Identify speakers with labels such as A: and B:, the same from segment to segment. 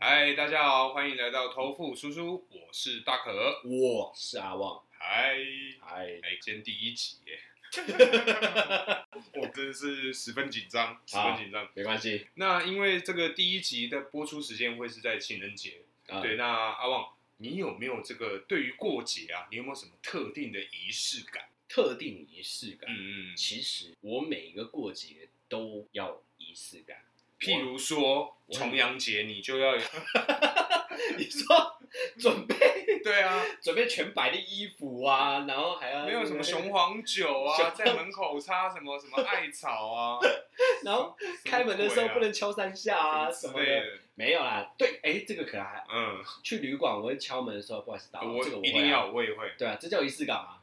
A: 嗨，大家好，欢迎来到头富叔叔，我是大可。
B: 我是阿旺，
A: 嗨，
B: 嗨，
A: 哎，今天第一集耶，我真是十分紧张，十分紧张。
B: 没关系
A: 那因为这个第一集的播出时间会是在情人节，
B: 啊，
A: 对。那阿旺，你有没有这个对于过节啊，你有没有什么特定的仪式感？
B: 特定仪式感。
A: 嗯嗯，
B: 其实我每一个过节都要仪式 感。
A: 譬如说
B: 我
A: 重阳节，你就要有
B: 你说 准备
A: 对 啊，
B: 准备全白的衣服啊，然后还要
A: 嗯没有什么雄，黄酒啊，
B: 雄
A: 在门口插什么什么艾草 啊，
B: 然后开门的时候不能敲三下啊什
A: 什么
B: 么
A: 鬼啊之类
B: 的。
A: 的，
B: 没有啦，对，哎，这个可还
A: 嗯。
B: 去旅馆我会敲门的时候，不好意思打扰，
A: 我
B: 这个
A: 一
B: 会
A: 定
B: 啊
A: 要，。我也会。
B: 对啊，这叫仪式感吗？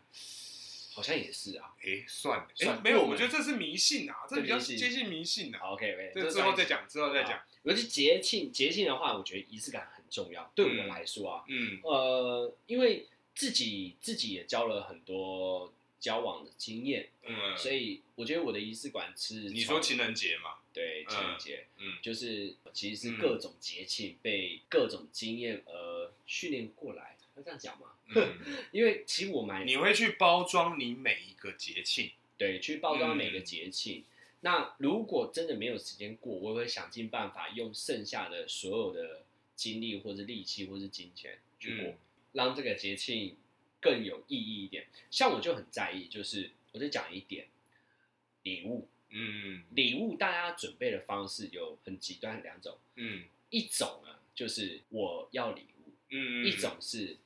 B: 好像也是啊。
A: 哎，算了，哎
B: 算，了
A: 没有，
B: 我
A: 我
B: 们
A: 觉得这是迷信啊，这
B: 这
A: 比较
B: 迷信
A: 接近迷信啊。
B: 好 OK，没
A: 这之后再。讲，之后再讲。
B: 尤其节庆，节庆的话，我觉得仪式感很重要。对我
A: 嗯
B: 来说啊，
A: 嗯
B: 呃，因为自己自己也交了很多交往的经验，
A: 嗯，
B: 所以我觉得我的仪式感是
A: 你说
B: 从
A: 情人节嘛，
B: 对情人节，
A: 嗯
B: 就是其实
A: 嗯
B: 是各种节庆被各种经验而训练过来，要这样讲吗？
A: 嗯，
B: 因为其实我蛮
A: 你会去包装你每一个节庆。
B: 对去包装每个
A: 嗯
B: 节庆。那如果真的没有时间过，我也会想尽办法用剩下的所有的精力，或是力气，或是金钱去过。
A: 嗯
B: 让这个节庆更有意义一点。像我就很在意，就是我就讲一点，礼物，
A: 嗯
B: 礼物大家准备的方式有很极端两种，
A: 嗯
B: 一种呢就是我要礼物，
A: 嗯，
B: 一种是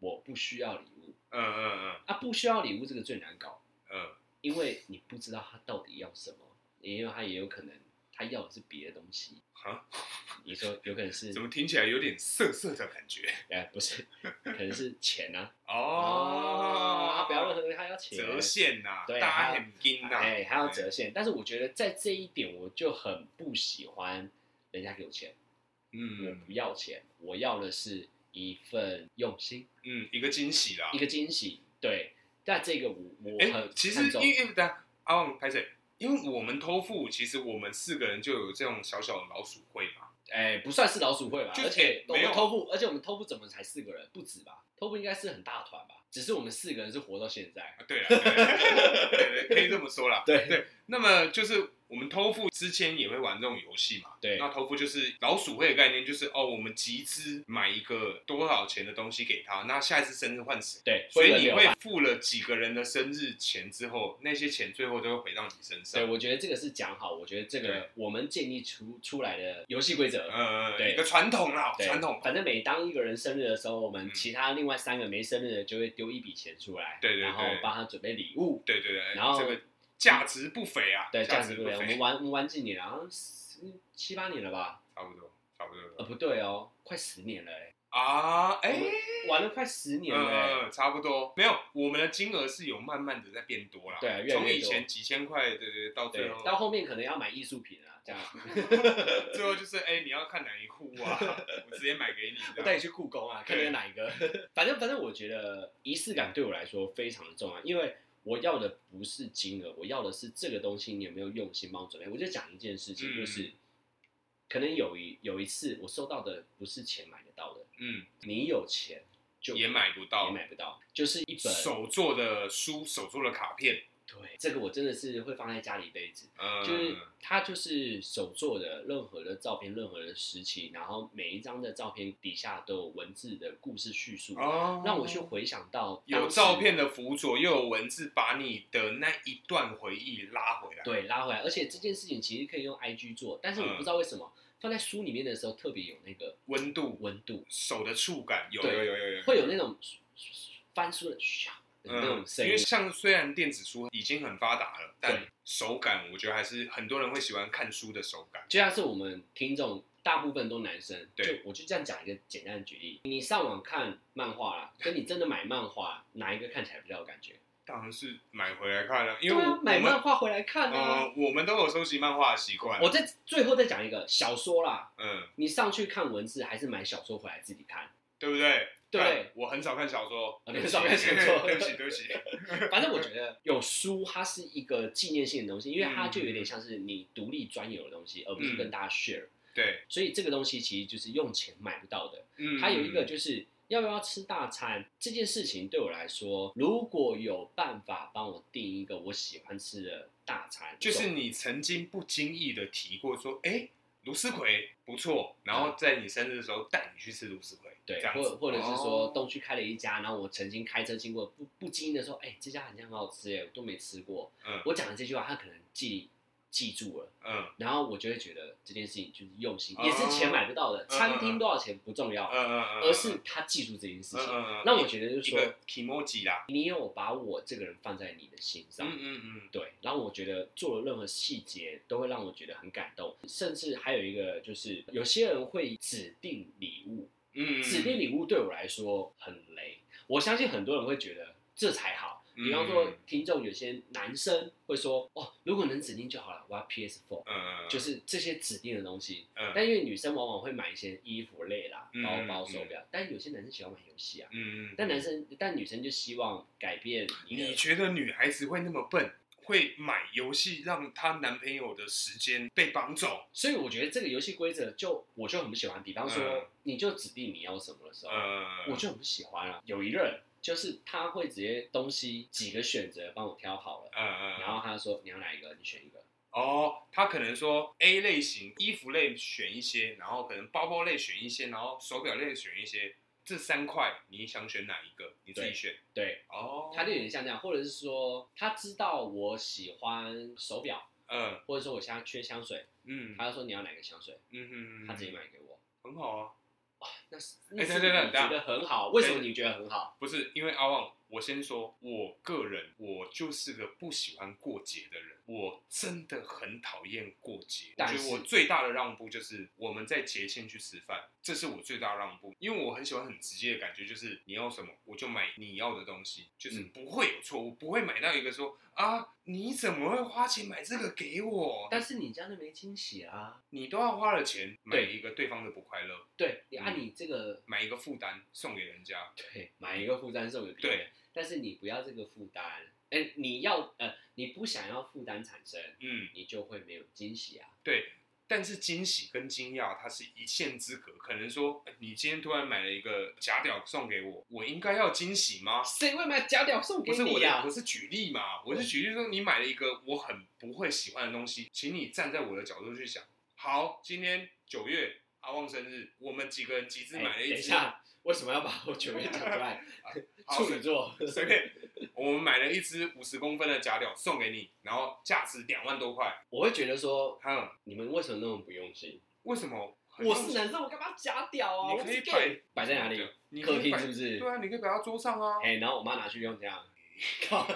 B: 我不需要礼物。
A: 嗯，嗯嗯
B: 啊，不需要礼物这个最难搞，
A: 嗯
B: 因为你不知道他到底要什么，因为他也有可能他要的是别的东西。
A: 哈，
B: 你说有可能是
A: 嗯，怎么听起来有点涩涩的感觉？
B: 哎、不是，可能是钱啊。
A: 哦，
B: 他不要任何东西，他要钱。
A: 折啊线呐，
B: 对
A: 大
B: 还
A: 家
B: 要
A: 很硬呐，
B: 哎，还要折现。但是我觉得在这一点，我就很不喜欢人家给我钱，我
A: 嗯
B: 不要钱，我要的是一份用心，
A: 嗯，一个惊喜啦
B: 一。个惊喜。对，但这个我我
A: 哎、
B: 很
A: 其实
B: 看
A: 因
B: 重。
A: 为等下阿旺拍谁？因为我们偷富，其实我们四个人就有这种小小的老鼠会嘛。
B: 哎，不算是老鼠会吧？
A: 就
B: 而且我
A: 没有
B: 们偷步，而且我们偷步怎么才四个人？不止吧？偷步应该是很大团吧？只是我们四个人是活到现在。
A: 啊对啊，对啊对对可以这么说啦。
B: 对
A: 对，那么就是我们偷富之前也会玩这种游戏嘛。
B: 对
A: 那偷富就是老鼠会的概念，就是哦，我们集资买一个多少钱的东西给他，那下一次生日换谁？
B: 对，
A: 所以
B: 轮
A: 你
B: 流
A: 会
B: 吧
A: 付了几个人的生日钱之后，那些钱最后都会回到你身
B: 对，
A: 上。
B: 我觉得这个是讲好，我觉得这
A: 对
B: 个我们建立出出来的游戏规则，
A: 呃，
B: 对
A: 一个传统啦，
B: 对
A: 传统。
B: 反正每当一个人生日的时候，我
A: 嗯
B: 们其他另外三个没生日的就会丢一笔钱出来，
A: 对对对
B: 然后帮他准备礼物，
A: 对对对，
B: 然后
A: 这个价值不菲啊，
B: 对，
A: 价
B: 价值不菲。我
A: 菲
B: 们玩我们玩几年了？好像十七八年了吧？
A: 差不多，差不多
B: 呃，不对哦，快十年了哎，
A: 啊，哎、
B: 玩了快十年了哎，
A: 呃，差不多，没有，我们的金额是有慢慢的在变多啦，
B: 对啊越来
A: 从
B: 越
A: 以前几千块，对对对，到最
B: 对
A: 后，，
B: 到后面可能要买艺术品啊，这样。
A: 最后就是，哎、你要看哪一户啊，我直接买给你，
B: 我带你去故宫 啊，看你要哪一个。反正反正，我觉得仪式感对我来说非常的重要，因为我要的不是金额，我要的是这个东西你有没有用心帮我准备。我就讲一件事情，
A: 嗯
B: 就是、可能有一有一次我收到的不是钱买得到的，
A: 嗯，
B: 你有钱就
A: 也买不到
B: 也买不到，就是一本
A: 手做的书，手做的卡片，
B: 对这个我真的是会放在家里一辈子。
A: 嗯，
B: 就是他就是手做的任何的照片，任何的时期，然后每一张的照片底下都有文字的故事叙述，
A: 哦，
B: 让我去回想到
A: 有
B: 当时
A: 照片的辅佐，又有文字，把你的那一段回忆拉回来，
B: 对拉回来，而且这件事情其实可以用 IG 做，但是我
A: 嗯
B: 不知道为什么、放在书里面的时候特别有那个
A: 温度，
B: 温度，
A: 手的触感，有
B: 对
A: 有有有有，
B: 会有那种翻书的唰的那种声
A: 因
B: 音
A: 为，像虽然电子书已经很发达了，但
B: 对
A: 手感我觉得还是很多人会喜欢看书的手感。
B: 就像是我们听众大部分都男生，就
A: 对
B: 我就这样讲一个简单的举例，你上网看漫画啦，跟你真的买漫画，哪一个看起来比较有感觉？
A: 当然是买回来看了，因
B: 对
A: 为我、
B: 啊，买
A: 我们
B: 漫画回来看啊。
A: 呃我们都有收集漫画的习惯。
B: 我再最后再讲一个小说啦，
A: 嗯，
B: 你上去看文字还是买小说回来自己看？
A: 对不对？
B: 对
A: 但我很少看小说，
B: 啊你很少看小说
A: 对不起对 不起。
B: 反正我觉得有书它是一个纪念性的东西，因为它就有点像是你独立专有的东西，而不是跟大家 share。
A: 对，
B: 所以这个东西其实就是用钱买不到的。
A: 嗯，
B: 还有一个就是要不要吃大餐这件事情，对我来说，如果有办法帮我定一个我喜欢吃的大餐，
A: 就是你曾经不经意的提过说，哎，卢思奎不错，然后在你生日的时候带你去吃卢思奎，
B: 嗯对
A: 这，样子
B: 或或者是说
A: 哦
B: 东区开了一家，然后我曾经开车经过，不不经意的说，哎、这家好像很好吃耶，我都没吃过。
A: 嗯
B: 我讲的这句话，他可能记记住了，
A: 嗯
B: 然后我就会觉得这件事情就是用心，
A: 哦
B: 也是钱买不到的，
A: 嗯
B: 餐厅多少钱不重要，
A: 嗯嗯嗯，
B: 而是他记住这件事
A: 嗯
B: 情。
A: 嗯嗯，
B: 那我觉得就是
A: 一
B: 说，
A: 个 k i m o j i 啦，
B: 你有把我这个人放在你的心上，
A: 嗯嗯嗯，
B: 对，然后我觉得做的任何细节都会让我觉得很感动，甚至还有一个就是有些人会指定礼物，
A: 嗯，
B: 指定礼物对我来说很雷，我相信很多人会觉得这才
A: 嗯
B: 好。比方说，听众有些男生会说：“哦，如果能指定就好了，我要 PS4。
A: 嗯，嗯”
B: 就是这些指定的东西。
A: 嗯
B: 但因为女生往往会买一些衣服类啦、
A: 嗯
B: 包
A: 嗯
B: 包、
A: 嗯
B: 手表，但有些男生喜欢买游戏啊。
A: 嗯嗯，
B: 但男生，但女生就希望改变你的
A: 你觉得女孩子会那么笨，会买游戏让她男朋友的时间被绑走？
B: 所以我觉得这个游戏规则就我就很不喜欢。比方
A: 嗯
B: 说，你就指定你要什么的时候，
A: 呃，
B: 哦我就很不喜欢啊。有一任就是他会直接东西几个选择帮我挑好了，
A: 呃呃，
B: 然后他说你要哪一个，你选一个。
A: 哦，他可能说 A 类型衣服类选一些，然后可能包包类选一些，然后手表类选一些，这三块你想选哪一个？你自己
B: 对
A: 选。
B: 对，
A: 哦，
B: 他就有点像这样，或者是说他知道我喜欢手表，
A: 嗯
B: 或者说我现在缺香水，
A: 嗯
B: 他就说你要哪个香水，
A: 嗯哼，
B: 他直接买给我。
A: 很好啊。
B: 那是
A: 哎
B: 那是
A: 对对对
B: 你觉
A: 对
B: 得很好，为什么你觉得很好？
A: 不是因为阿旺，我先说，我个人我就是个不喜欢过节的人，我真的很讨厌过节。我
B: 但
A: 觉
B: 是
A: 得我最大的让步就是我们在节庆去吃饭，这是我最大的让步，因为我很喜欢很直接的感觉，就是你要什么我就买你要的东西，就是
B: 嗯
A: 不会有错误，不会买到一个说啊你怎么会花钱买这个给我？
B: 但是你这样就没惊喜啊。
A: 你都要花了钱买
B: 对
A: 一个对方的不快乐，
B: 对，你按、
A: 嗯
B: 你这个
A: 买一个负担送给人家。
B: 对，买一个负担送给别人，但是你不要这个负担，哎、你要呃，你不想要负担产生，
A: 嗯，
B: 你就会没有惊喜啊。
A: 对，但是惊喜跟惊讶它是一线之隔。可能说呃你今天突然买了一个假屌送给我，我应该要惊喜吗？
B: 谁会买假屌送给
A: 不是我
B: 你啊
A: 的，
B: 呀、嗯
A: 我是举例嘛，我是举例说你买了一个我很不会喜欢的东西，请你站在我的角度去想。好，今天九月阿旺生日，我们几个人集资
B: 哎
A: 买了
B: 等
A: 一
B: 一
A: 只，
B: 下，为什么要把我九月讲出来？
A: 好
B: 处女座，
A: 随便，我们买了一只五十公分的假屌送给你，然后价值两万多块。
B: 我会觉得说，
A: 哼，
B: 你们为什么那么不用心？
A: 为什么？
B: 我是男生，我干嘛假屌啊？
A: 你
B: 我
A: 可以
B: 是
A: 摆
B: gay，摆在哪里？？
A: 你可
B: 客
A: 以
B: 厅
A: 摆
B: 是不是？
A: 对啊，你可以摆到桌上啊。
B: 哎、然后我妈拿去用 这样，靠！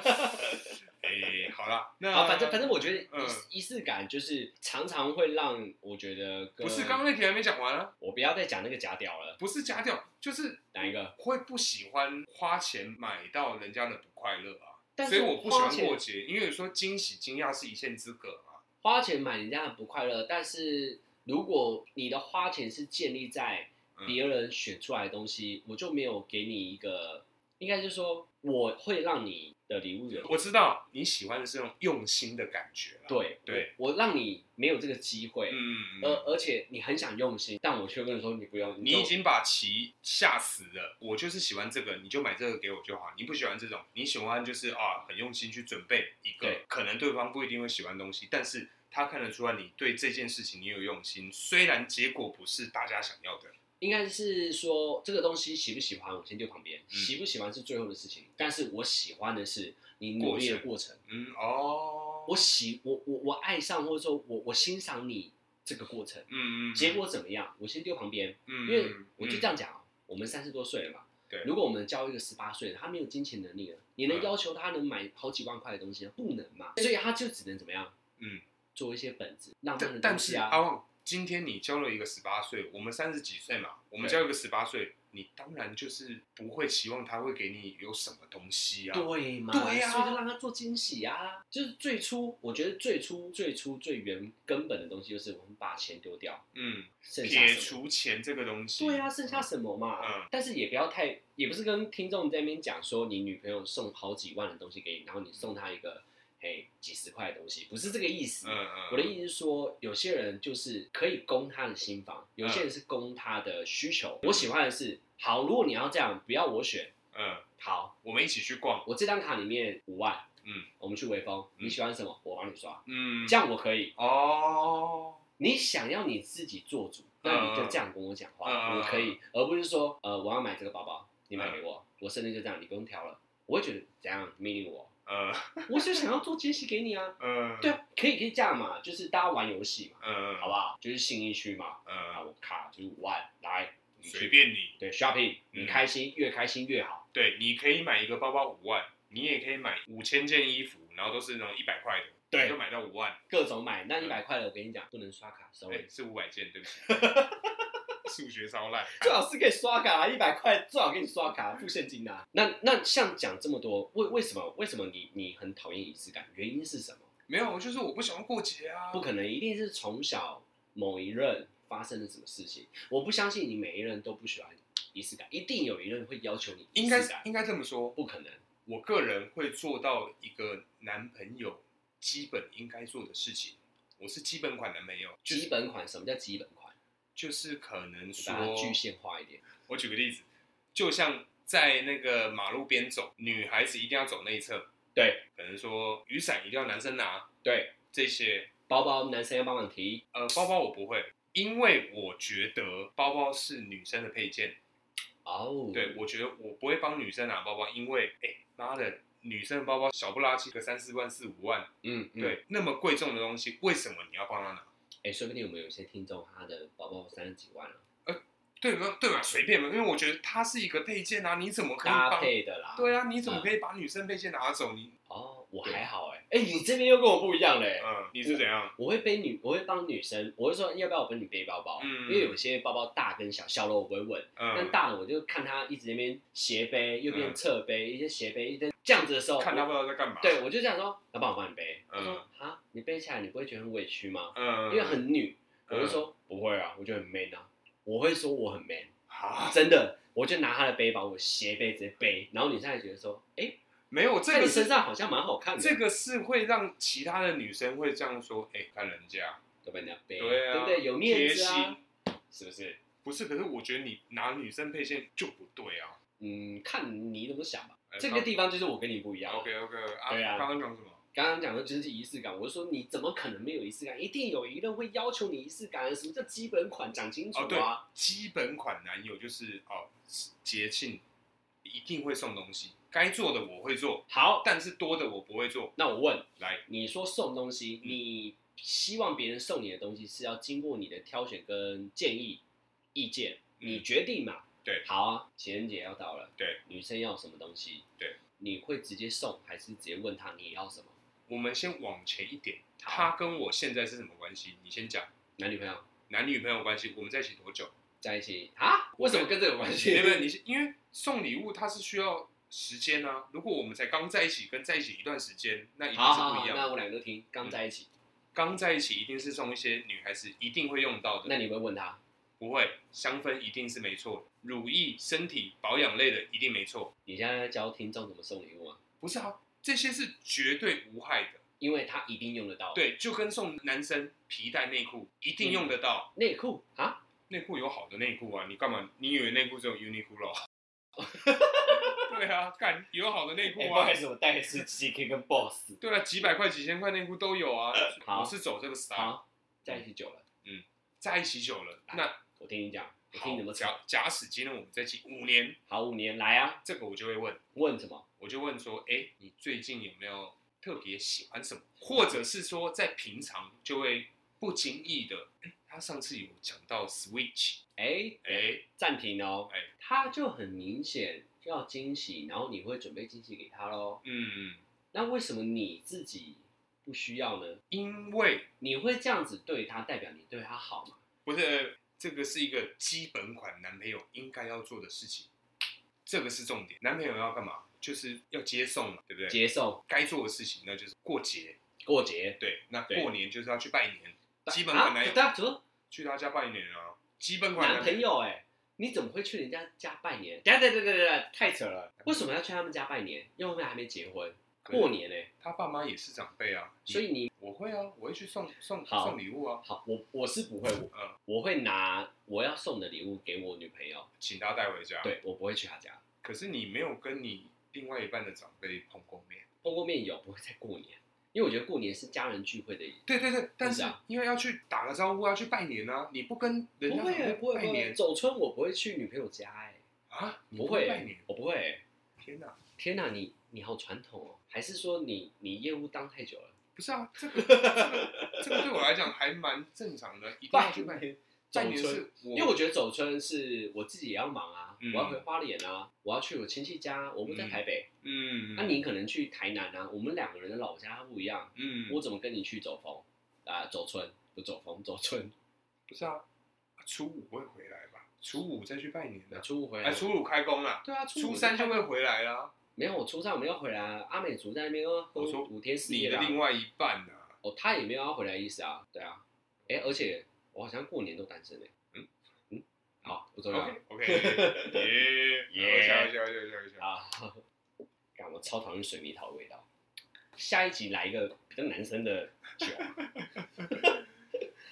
A: 哎、好啦，那
B: 啊，反正反正我觉得
A: 嗯
B: 仪仪式感就是常常会让我觉得跟
A: 不是刚刚那题还没讲完啊，
B: 我不要再讲那个假屌了，
A: 不是假掉，就是
B: 哪一个？
A: 会不喜欢花钱买到人家的不快乐啊，
B: 但
A: 所以
B: 是
A: 我不喜
B: 花
A: 欢
B: 钱
A: 过节，因为说惊喜惊讶是一线之隔嘛。
B: 花钱买人家的不快乐，但是如果你的花钱是建立在别人选出来的东西，我就没有给你一个，应该就是说我会让你的礼物有
A: 我知道你喜欢的是那种用心的感觉啦，
B: 对呃
A: 对
B: 我，我让你没有这个机会，
A: 嗯，嗯
B: 而
A: 嗯，
B: 而且你很想用心，但我却跟你说你不用，
A: 你
B: 就
A: 已经把棋下死了，我就是喜欢这个，你就买这个给我就好，你不喜欢这种，你喜欢就是啊，很用心去准备一个
B: 对，
A: 可能对方不一定会喜欢的东西，但是。他看得出来你对这件事情你有用心，虽然结果不是大家想要的，
B: 应该是说这个东西喜不喜欢，我先丢旁
A: 嗯
B: 边，喜不喜欢是最后的事情，但是我喜欢的是你努力的过程。
A: 嗯哦，
B: 我喜我我我爱上，或者说我我欣赏你这个过程，
A: 嗯嗯，
B: 结果怎么样？我先丢旁边，
A: 嗯，因
B: 因为我就这样讲哦，我们三十多岁了嘛，
A: 对嗯
B: 如果我们教一个十八岁的，他没有金钱能力了，你能要求他能买好几万块的东西吗？不能嘛，所以他就只能怎么样？
A: 嗯，
B: 做一些本子浪漫的
A: 但
B: 东
A: 但
B: 西
A: 是
B: 啊。
A: 阿旺，今天你交了一个十八岁，我们三十几岁嘛，我们交一个十八岁，你当然就是不会期望他会给你有什么东西啊，
B: 对嘛？
A: 对呀
B: 所以就让他做惊喜啊！就是最初，我觉得最初、最初、最原根本的东西，就是我们把钱丢掉，
A: 嗯，
B: 剩下
A: 撇
B: 什么？
A: 除钱这个东西，
B: 对啊，剩下什么嘛？
A: 嗯
B: 但是也不要太，也不是跟听众在那边讲说，你女朋友送好几万的东西给你，然后你送她一个哎几十块的东西，不是这个意思。
A: 嗯嗯，
B: 我的意思是说，有些人就是可以供他的心房，有些人是供他的需求。我喜欢的是，好，如果你要这样，不要我选，
A: 嗯，
B: 好，
A: 我们一起去逛，
B: 我这张卡里面五万，
A: 嗯，
B: 我们去微风，
A: 嗯
B: 你喜欢什么，我帮你刷，
A: 嗯，
B: 这样我可以。
A: 哦，
B: 你想要你自己做主，那你就这样跟我讲话，
A: 嗯
B: 我可以，而不是说，呃，我要买这个包包，你买给我，我生日就这样，你不用挑了。我会觉得怎样命令我，
A: 嗯
B: 我就想要做惊喜给你啊。
A: 嗯，
B: 对，啊，可以可以这样嘛，就是大家玩游戏嘛，
A: 嗯，
B: 好不好？就是信义区嘛，啊，
A: 嗯，
B: 我卡就是五万，来，你去
A: 随便你，
B: 对 shopping，
A: 嗯
B: 你开心，越开心越好。
A: 对，你可以买一个包包五万，你也可以买五千件衣服，然后都是那种一百块的，
B: 对
A: 你就买到五万，
B: 各种买，那
A: 嗯
B: 一百块的，我跟你讲，不能刷卡，sorry
A: 哎，。是五百件，对不 起，数学超烂，
B: 最好是可以刷卡，一百块最好给你刷卡付现金的啊、那那像讲这么多，为为什么为什么你你很讨厌仪式感？原因是什么？
A: 没有，就是我不想要过节啊，
B: 不可能，一定是从小某一任发生了什么事情。我不相信你每一任都不喜欢仪式感，一定有一任会要求你仪
A: 应
B: 式
A: 该
B: 感。
A: 是应该这么说，
B: 不可能。
A: 我个人会做到一个男朋友基本应该做的事情，我是基本款男朋友，就
B: 基
A: 是
B: 本款，什么叫基本款？
A: 就是可能
B: 把它
A: 说
B: 具现化一点。
A: 我举个例子，就像在那个马路边走，女孩子一定要走内侧，
B: 对
A: 可能说雨伞一定要男生拿
B: 对，
A: 这些。
B: 包包男生要帮忙提，
A: 呃，包包我不会，因为我觉得包包是女生的配件。
B: 哦，
A: 对，我觉得我不会帮女生拿包包，因为哎妈的，女生的包包小不拉几个三四万四五万，
B: 嗯，嗯，
A: 对，那么贵重的东西，为什么你要帮她拿？
B: 哎，说不定我们有些听众他的包包三十几万了，
A: 对吗？对吧？随便嘛，因为我觉得它是一个配件啊，你怎么可以
B: 搭
A: 帮？
B: 配嗯的啦。，
A: 对啊，你怎么可以把女生配件拿走？你
B: 哦，我还好哎，哎，你这边又跟我不一样嘞。
A: 嗯，你是怎样？
B: 我会背女，我会帮女生，我会说要不要我帮你背包包，
A: 嗯
B: 因为有些包包大跟小，小的我不会问，但
A: 嗯，
B: 大的我就看她一直那边斜背，右边
A: 嗯
B: 侧背，一些斜背，一些这样子的时候，
A: 看他
B: 我
A: 不知道在干嘛。
B: 对我就这样说，要不然我帮你背，她
A: 嗯
B: 说啊，你背起来你不会觉得很委屈吗？
A: 嗯，
B: 因为很女，我
A: 嗯
B: 就说不会啊，我就很 man 啊，我会说我很 man，
A: 啊，
B: 真的，我就拿她的背包，我斜背直接背，然后女生还觉得说，哎，
A: 没有这个
B: 在你
A: 是
B: 身上好像蛮好看的，
A: 这个是会让其他的女生会这样说，哎、看人家
B: 对吧？你要背，
A: 对啊
B: 不对？有面
A: 贴
B: 子啊
A: 心，，
B: 是不是？
A: 不是？可是我觉得你拿女生配件就不对啊。
B: 嗯，看你怎么想吧。
A: 哎
B: 这个地方就是我跟你不一样。
A: OK OK 啊，
B: 对啊
A: 刚刚讲什么？
B: 刚刚讲的就是仪式感，我就说你怎么可能没有仪式感？一定有一任会要求你仪式感。什么叫基本款？讲清楚
A: 哦，对
B: 啊！，
A: 基本款男友就是哦，节庆一定会送东西，该做的我会做，
B: 好，
A: 但是多的我不会做。
B: 那我问，
A: 来，
B: 你说送东西，
A: 嗯
B: 你希望别人送你的东西是要经过你的挑选跟建议、意见，
A: 嗯
B: 你决定嘛？
A: 对，
B: 好啊，情人节要到了，
A: 对，
B: 女生要什么东西？
A: 对，
B: 你会直接送还是直接问她你要什么？
A: 我们先往前一点，
B: 好
A: 他跟我现在是什么关系？你先讲，
B: 男女朋友
A: 男女朋友关系，我们在一起多久？
B: 在一起啊？为什么跟这有关系？
A: 没有，没有你是因为送礼物它是需要时间啊。如果我们才刚在一起，跟在一起一段时间，那一定
B: 好
A: 是
B: 好
A: 不
B: 好，
A: 一
B: 那
A: 样。
B: 我两个都听，刚在一起，
A: 刚在一起一定是送一些女孩子一定会用到
B: 那
A: 的，
B: 你会问他，
A: 不会香氛一定是没错的，乳液、身体保养类的一定没错。
B: 你现在在教听众怎么送礼物吗？
A: 不是啊，这些是绝对无害的。
B: 因为他一定用得到。，
A: 对，就跟送男生皮带、内裤一定用得到。
B: 内裤啊，
A: 内裤有好的内裤啊，你干嘛？你以为内裤只有 Uniqlo？对啊，干有好的内裤啊。
B: 思，我带的是 GK 跟 BOSS。
A: 对啊，几百块、几千块内裤都有啊。
B: 好
A: 我是走这个 style，
B: 好，在一起久了，
A: 在一起久了，那
B: 我听你讲，我听你怎么讲。
A: 假假使今天我们在一起五年，
B: 好，五年来啊，
A: 这个我就会问，
B: 问什么？
A: 我就问说，哎、你最近有没有特别喜欢什么？或者是说，在平常就会不经意的，哎、他上次有讲到 Switch，
B: 哎，
A: 哎、
B: 暂停哦
A: 哎，
B: 他就很明显要惊喜，然后你会准备惊喜给他喽。
A: 嗯，
B: 那为什么你自己不需要呢？
A: 因为
B: 你会这样子对他，代表你对他好吗？
A: 不是这个是一个基本款男朋友应该要做的事情，这个是重点。男朋友要干嘛？就是要接送嘛，对不对？
B: 接受
A: 该做的事情那就是过节，
B: 过节，啊
A: 对，那
B: 对
A: 过年就是要去拜年，基本款男友、
B: 大主
A: 去他家拜年啊，基本款
B: 男朋友哎、你怎么会去人家家拜年？等一下等一下等一下等一下，太扯了！为什么要去他们家拜年？因为我们还没结婚。
A: 可是
B: 过年呢、
A: 他爸妈也是长辈啊，
B: 所以你
A: 我会啊，我会去送送
B: 嗯好
A: 送礼物啊，
B: 好，我我是不会，我
A: 嗯
B: 我会拿我要送的礼物给我女朋友，
A: 请他带回家。，
B: 对我不会去她家。
A: 可是你没有跟你另外一半的长辈碰过面。
B: 碰过面有，不会在过年，因为我觉得过年是家人聚会的。
A: 对对对，但
B: 是
A: 是
B: 啊
A: 因为要去打个招呼，要去拜年啊，你不跟人
B: 不
A: 家
B: 会
A: 长辈
B: 欸，不会，
A: 拜
B: 不会。
A: 年
B: 走春我不会去女朋友家、欸，
A: 啊？你
B: 不会
A: 拜年
B: 欸，？我不会欸。
A: 天哪，
B: 天哪、你你好传统哦，还是说你你业务当太久了？
A: 不是啊，这 个这个这个对我来讲还蛮正常的，一定要去拜年。拜年
B: 走春，
A: 是我，
B: 因为我觉得走春是我自己也要忙啊，
A: 嗯
B: 我要回花莲啊，我要去我亲戚家，我不在台北，
A: 嗯，
B: 那、啊你可能去台南啊，我们两个人的老家不一样，
A: 嗯，
B: 我怎么跟你去走风啊、走春不走风，走 春，
A: 不是啊，初五会回来吧？初五再去拜年的，
B: 初五回来，
A: 哎，初五开工啦，
B: 对啊，啊初
A: 初
B: 五
A: 三就
B: 开
A: 会回来啊啦。
B: 没有，我初三我们要回来啊，阿美族在那边哦，
A: 我说
B: 五天四
A: 你
B: 夜
A: 的
B: 啦。
A: 另外一半啊呢？
B: 哦，他也没有要回来的意思啊，对啊，哎、而且我好像过年都单身哎、
A: 嗯
B: 嗯，好，不重要
A: OK OK，耶
B: Yeah
A: 笑一笑笑一笑一笑。
B: 啊，干我超讨厌水蜜桃的味道。下一集来一个比较男生的酒啊，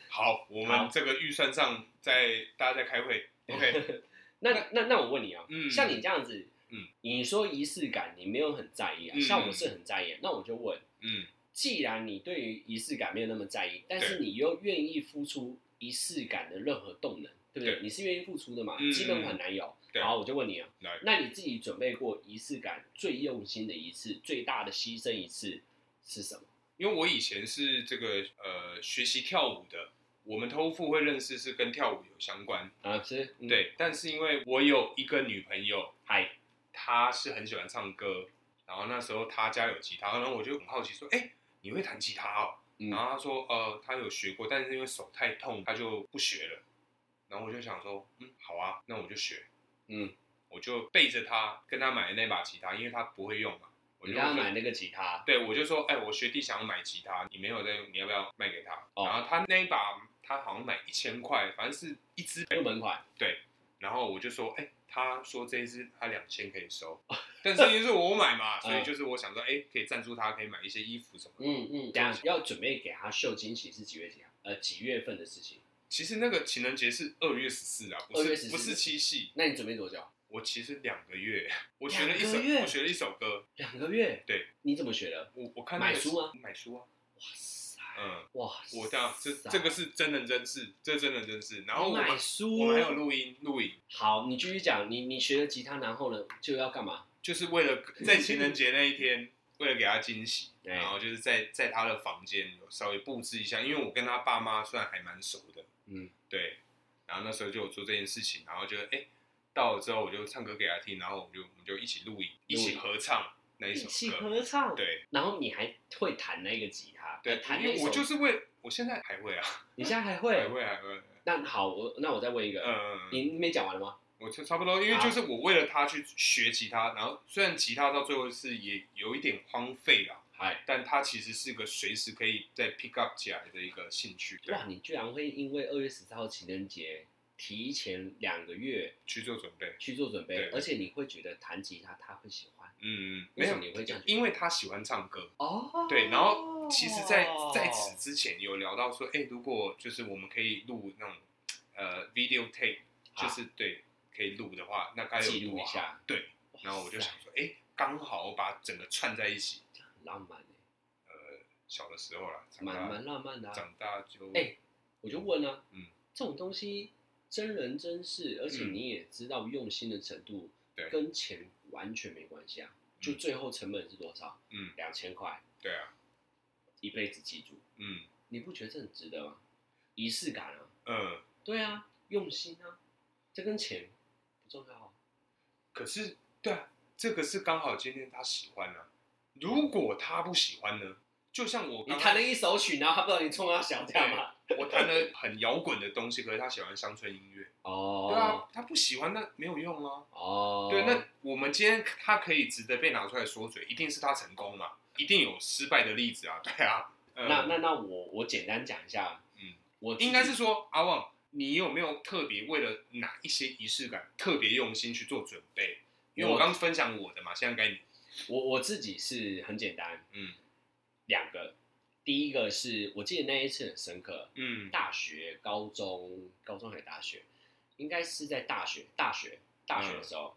A: 好，我
B: 好
A: 们这个预算上在大家在开会。OK，
B: 那那那我问你啊，
A: 嗯
B: 像你这样子，
A: 嗯，
B: 你说仪式感你没有很在意啊，
A: 嗯
B: 像我是很在意啊、那我就问，
A: 嗯，
B: 既然你对于仪式感没有那么在意，但是你又愿意付出仪式感的任何动能，对不对？
A: 对
B: 你是愿意付出的嘛？
A: 嗯
B: 基本款男友。
A: 对
B: 好，我就问你啊
A: 来，
B: 那你自己准备过仪式感最用心的一次、最大的牺牲一次是什么？
A: 因为我以前是这个呃学习跳舞的，我们偷富会认识是跟跳舞有相关，
B: 啊，是，嗯，
A: 对。但是因为我有一个女朋友，
B: 嗨，
A: 她是很喜欢唱歌，然后那时候她家有吉他，然后我就很好奇说，哎、你会弹吉他哦？
B: 嗯
A: 然后她说，呃，她有学过，但是因为手太痛，她就不学了。然后我就想说，嗯，好啊，那我就学。
B: 嗯，
A: 我就背着她，跟她买那把吉他，因为她不会用嘛。我
B: 你
A: 就
B: 刚刚
A: 说
B: 买那个吉他，
A: 对，我就说，哎、我学弟想要买吉他，你没有在用，你要不要卖给他？
B: 哦
A: 然后他那一把，他好像买一千块，反正是一支。
B: 入门款，
A: 然后我就说，哎、他说这一支他两千可以收，
B: 哦
A: 但是因为是我买嘛，所以就是我想说，哎、可以赞助他，可以买一些衣服什么的。
B: 嗯嗯，这样要准备给他秀惊喜是几月几号？呃，几月份的事情？
A: 其实那个情人节是二月十四啊，不
B: 2月
A: 是
B: 14
A: 不是七夕。
B: 那你准备多久？
A: 我其实两个月，我学了一首
B: 两个月，
A: 我学了一首歌。
B: 两个月。
A: 对，
B: 你怎么学的？
A: 我我看那个
B: 买书吗？
A: 买书啊，
B: 哇塞，
A: 嗯，
B: 哇，
A: 我这样，这这个。是真人真事，这真人真事。然后我们
B: 买书，
A: 我们还有录音录影。
B: 好，你继续讲，你你学了吉他，然后呢就要干嘛？
A: 就是为了在情人节那一天，为了给他惊喜，
B: 对
A: 然后就是在在他的房间有稍微布置一下，因为我跟他爸妈算还蛮熟的，
B: 嗯，
A: 对，然后那时候就有做这件事情，然后就哎、到了之后我就唱歌给他听，然后我们就我们就一起录影，一起合唱那一
B: 一
A: 首
B: 起
A: 歌，
B: 合唱。
A: 对
B: 然后你还会弹那个吉他，呃
A: 对，
B: 弹
A: 因
B: 那
A: 为
B: 首，
A: 我就是为我现在还会啊，
B: 你现在还
A: 还
B: 会。
A: 会啊还会，
B: 那好，我那我再问一个，
A: 嗯，
B: 你你没讲完了吗？
A: 我就差不多，因为就是我为了他去学吉他，然后虽然吉他到最后是也有一点荒废啦。
B: 嗨，
A: 但它其实是个随时可以再 pick up 起来的一个兴趣，对，
B: 哇，你居然会因为二月十四号情人节提前两个月
A: 去做准备。
B: 去做准备
A: 对，
B: 而且你会觉得弹吉他他会喜欢
A: 嗯，没
B: 为什
A: 有
B: 么你会这样觉，得
A: 因为他喜欢唱歌。
B: 哦
A: 对，然后其实在，在此之前有聊到说，哎、如果就是我们可以录那种呃 video tape，
B: 啊
A: 就是、对，可以录的话，那该有
B: 记录
A: 多
B: 一
A: 好
B: 下。
A: 对，然后我就想说，哎、刚好我把整个串在一起。
B: 很浪漫欸
A: 小的时候啦，长
B: 蛮
A: 大
B: 蛮浪漫的啊。
A: 长大就
B: 哎我就问啊，
A: 嗯
B: 这种东西真人真事，而且
A: 嗯
B: 你也知道用心的程度，
A: 对
B: 跟钱完全没关系啊。就最后成本是多少？
A: 嗯，
B: 两千块，
A: 对啊，
B: 一辈子记住，
A: 嗯
B: 你不觉得这很值得吗？仪式感啊，
A: 嗯。
B: 对啊，用心啊，这跟钱不重要啊。
A: 可是，对啊，这个是刚好今天他喜欢啊。如果他不喜欢呢？就像我
B: 你
A: 刚
B: 弹了一首曲，然后他不知道你冲他小这样吗？
A: 我弹了很摇滚的东西，可是他喜欢乡村音乐，
B: 哦，
A: 对啊，，他不喜欢那没有用啊。
B: 哦，
A: 对，那我们今天他可以值得被拿出来说嘴，一定是他成功嘛，一定有失败的例子啊，对啊。呃
B: 那那那我我简单讲一下，啊
A: 嗯，
B: 我自己
A: 应该是说阿旺，你有没有特别为了哪一些仪式感特别用心去做准备？因为我
B: 我
A: 刚分享我的嘛，现在该你。
B: 我我自己是很简单，
A: 嗯
B: 两个，第一个是我记得那一次很深刻，
A: 嗯
B: 大学、高中、高中还是大学，应该是在大学，大学，大学的时候，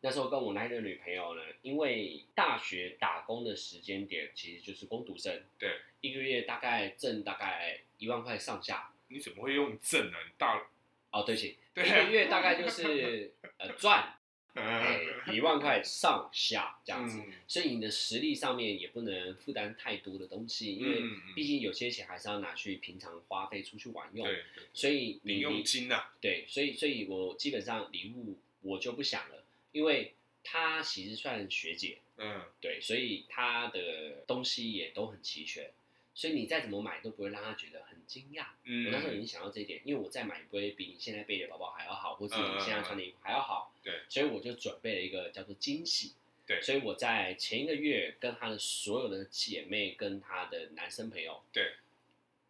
B: 那时候跟我那一个女朋友呢，因为大学打工的时间点其实就是工读生，
A: 对，
B: 一个月大概挣大概一万块上下，
A: 你怎么会用正呢？你大
B: 哦，对不起，
A: 对
B: 一
A: 啊
B: 个月大概就是 呃赚哎
A: 嗯
B: 一万块上下这样子，
A: 嗯
B: 所以你的实力上面也不能负担太多的东西，因为
A: 嗯嗯
B: 毕竟有些钱还是要拿去平常花费出去玩用，
A: 对对
B: 所以你
A: 零用金呐、啊，
B: 对，所以所以我基本上礼物我就不想了，因为她其实算学姐，
A: 嗯
B: 对，所以她的东西也都很齐全，所以你再怎么买都不会让她觉得很惊讶。
A: 嗯，
B: 我那时候已经想到这一点，因为我再买不会比你现在背的包包还要好，或是你现在穿的衣服还要
A: 嗯
B: 好。
A: 对
B: 所以我就准备了一个叫做惊喜。
A: 对
B: 所以我在前一个月跟她的所有的姐妹跟她的男生朋友，
A: 对，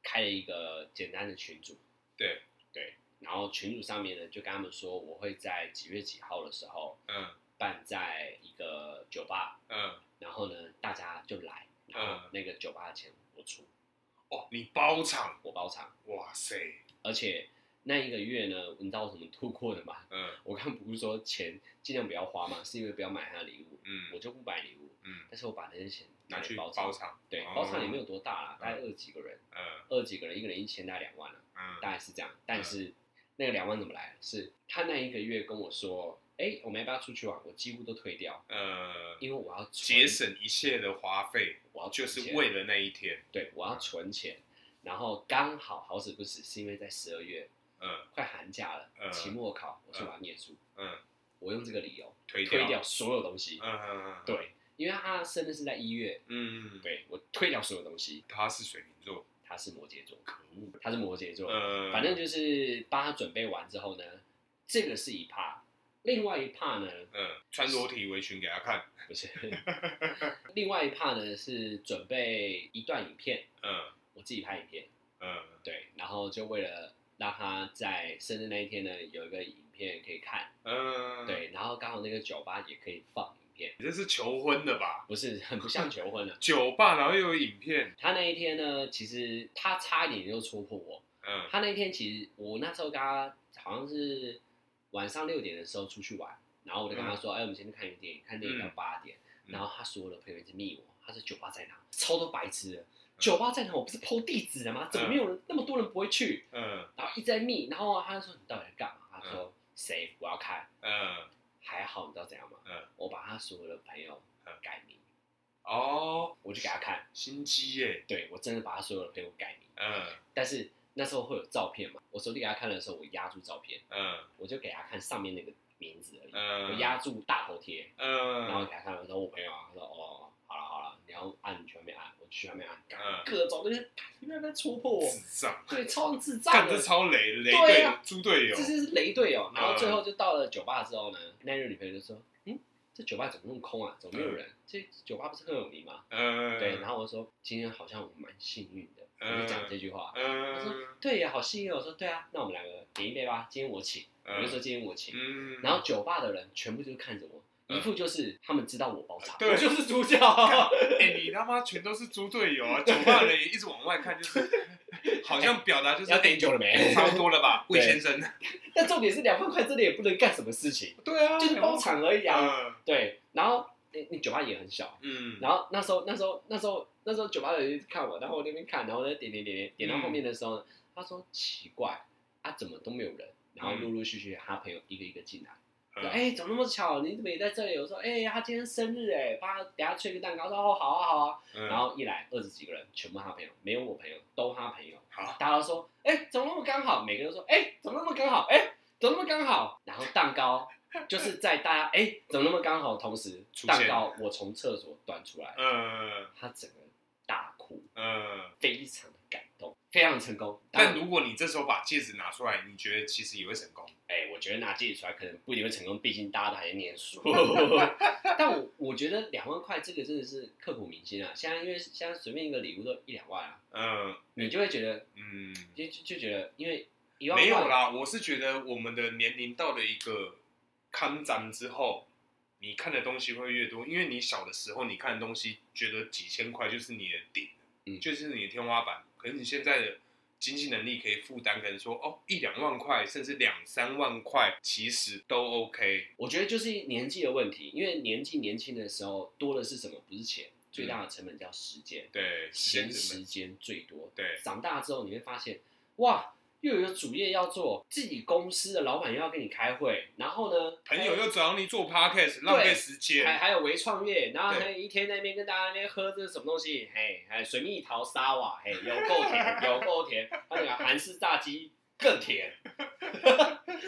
B: 开了一个简单的群组。
A: 对
B: 对，然后群组上面呢，就跟他们说我会在几月几号的时候
A: 嗯
B: 办在一个酒吧，
A: 嗯，
B: 然后呢大家就来，然后那个酒吧的钱我出，
A: 哦，你包场，
B: 我包场。
A: 哇塞，
B: 而且那一个月呢，你知道我怎么度过的吗？
A: 嗯
B: 我刚不是说钱尽量不要花嘛，是因为不要买他的礼物，我
A: 嗯
B: 就不买礼物，
A: 嗯，
B: 但是我把那些钱
A: 拿
B: 来
A: 去
B: 包
A: 包场，
B: 对，
A: 哦
B: 包场也没有多大啦，
A: 嗯
B: 大概二几个人，
A: 嗯
B: 二几个人，一个人一千，大概两万了、
A: 嗯
B: 大概是这样。但是那个两万怎么来？啊是他那一个月跟我说，哎，我们要不要出去玩？我几乎都推掉，
A: 呃，
B: 因为我要存
A: 节，省一切的花费，
B: 我要
A: 就
B: 存钱
A: 是为了那一天，
B: 对，我要存钱。然后刚好好死不死，是因为在十二月
A: 嗯
B: 快寒假了，
A: 嗯
B: 期末考，我说我要念书，
A: 嗯，
B: 我用这个理由
A: 推
B: 推掉所有东西。
A: 嗯嗯嗯，
B: 对，因为他生日是在一月，
A: 嗯，
B: 对我推掉所有东西。
A: 他是水瓶座，
B: 他是摩羯座，
A: 可恶，
B: 他是摩羯座，
A: 呃，
B: 反正就是帮他准备完之后呢，这个是一 part，另外一 part 呢
A: 嗯，穿裸体围裙给他看，
B: 不是， 另外一 part 呢是准备一段影片，
A: 嗯
B: 我自己拍影片，
A: 嗯
B: 对，然后就为了让他在生日那一天呢有一个影片可以看，
A: 嗯，，
B: 对，然后刚好那个酒吧也可以放影片，
A: 你这是求婚的吧？
B: 不是很不像求婚了、
A: 酒吧然后又有影片，
B: 他那一天呢，其实他差一点就戳破我。
A: 嗯
B: 他那一天其实我那时候跟他好像是晚上六点的时候出去玩，然后我就跟他说：“哎、我们先去看一个电影，看电影到八点。
A: 嗯
B: 然后他所有的朋友一直密我，他说：“酒吧在哪？”超多白痴
A: 嗯
B: 的，酒吧在哪？我不是 PO 地址的吗？怎么没有人、那么多人不会去？
A: 嗯
B: 然后一直在密，然后他就说：“你到底在干嘛？”他说：“谁？我要看。
A: 嗯，”
B: 还好，你知道怎样吗？
A: 嗯
B: 我把他所有的朋友
A: 嗯
B: 改名，
A: 哦，
B: 我就给他看。
A: 心机耶，
B: 对我真的把他所有的朋友改名。
A: 嗯
B: 但是那时候会有照片嘛，我手机给他看的时候，我压住照片，
A: 嗯
B: 我就给他看上面那个名字而已，
A: 嗯，
B: 我压住大头贴，然后
A: 嗯
B: 给他看的时候，我朋友啊，他说哦，好了好了，你要按你去外面按，我去外面按，
A: 嗯
B: 各种就是你不要在戳破我，
A: 智障，
B: 对，超智障
A: 干
B: 的
A: 这，超雷雷
B: 对
A: 队
B: 啊
A: 猪队友
B: 这，就是雷队友。然后
A: 嗯
B: 最后就到了酒吧之后呢，那日女朋友就说，嗯，这酒吧怎么那么空啊，怎么没有人？这酒吧不是很有名吗？
A: 嗯
B: 对，然后我说今天好像我蛮幸运的，我就讲这句话。他说
A: 嗯
B: 对呀，好幸运哦。我说对啊，那我们两个点一杯吧，今天我请。我就说
A: 嗯
B: 今天我请。
A: 嗯，
B: 然后酒吧的人全部就看着我，
A: 嗯
B: 一副就是他们知道我包场，
A: 对
B: 我就是 主角。
A: 哎你他妈全都是猪队友啊，酒吧人也一直往外看，就是好像表达就是
B: 要点酒了没？
A: 差不多了吧，魏
B: 对
A: 先生，
B: 但重点是两万块真的也不能干什么事情，
A: 对啊，
B: 就是包场而已啊。
A: 嗯
B: 对，然后那那酒吧也很小，
A: 嗯，
B: 然后那时候那时候那时候那时候酒吧的人一直看我，然后我那边看，然后我就点点点点点到后面的时候呢，他说奇怪，啊怎么都没有人，然后陆陆续续他朋友一个一个进来。
A: 嗯
B: 说哎、怎么那么巧？你怎么也在这里？我说，哎、他今天生日哎，帮他等下吹个蛋糕。他说，哦，好啊，好啊。
A: 嗯
B: 然后一来二十几个人，全部他朋友，没有我朋友，都他朋友。
A: 好，
B: 大家都说，哎、怎么那么刚好？每个人都说，哎、怎么那么刚好？哎、怎么那么刚好？然后蛋糕就是在大家，哎、怎么那么刚好？同时
A: 出，现
B: 蛋糕我从厕所端出来，
A: 嗯
B: 他整个大哭，
A: 嗯，
B: 非常的感动，非常成功。
A: 但如果你这时候把戒指拿出来，你觉得其实也会成功，
B: 哎、我觉得拿自己出来可能不一定会成功，毕竟大家都还在念 书。但我我觉得两万块这个真的是刻骨铭心啊！现在因为现在随便一个礼物都一两万啊，
A: 嗯
B: 你就会觉得
A: 嗯，
B: 就就就觉得，因为一万块
A: 没有啦，我是觉得我们的年龄到了一个康展之后，你看的东西会越多，因为你小的时候你看的东西，觉得几千块就是你的顶，
B: 嗯
A: 就是你的天花板。可是你现在的经济能力可以负担，可能说哦一两万块，甚至两三万块，其实都 OK。
B: 我觉得就是年纪的问题，因为年纪年轻的时候多的是什么？不是钱，最大的成本叫时间，
A: 对，
B: 闲
A: 成本
B: 时间最多。
A: 对
B: 长大之后你会发现，哇，又有主业要做，自己公司的老板又要跟你开会，然后呢，
A: 朋友又找你做 podcast，浪费时
B: 还
A: 间。
B: 还有微创业，然后
A: 对
B: 还一天在那边跟大家那边喝这是什么东西，嘿，还有水蜜桃沙瓦，嘿，有够甜，有够甜，还有那个韩式炸鸡 更甜，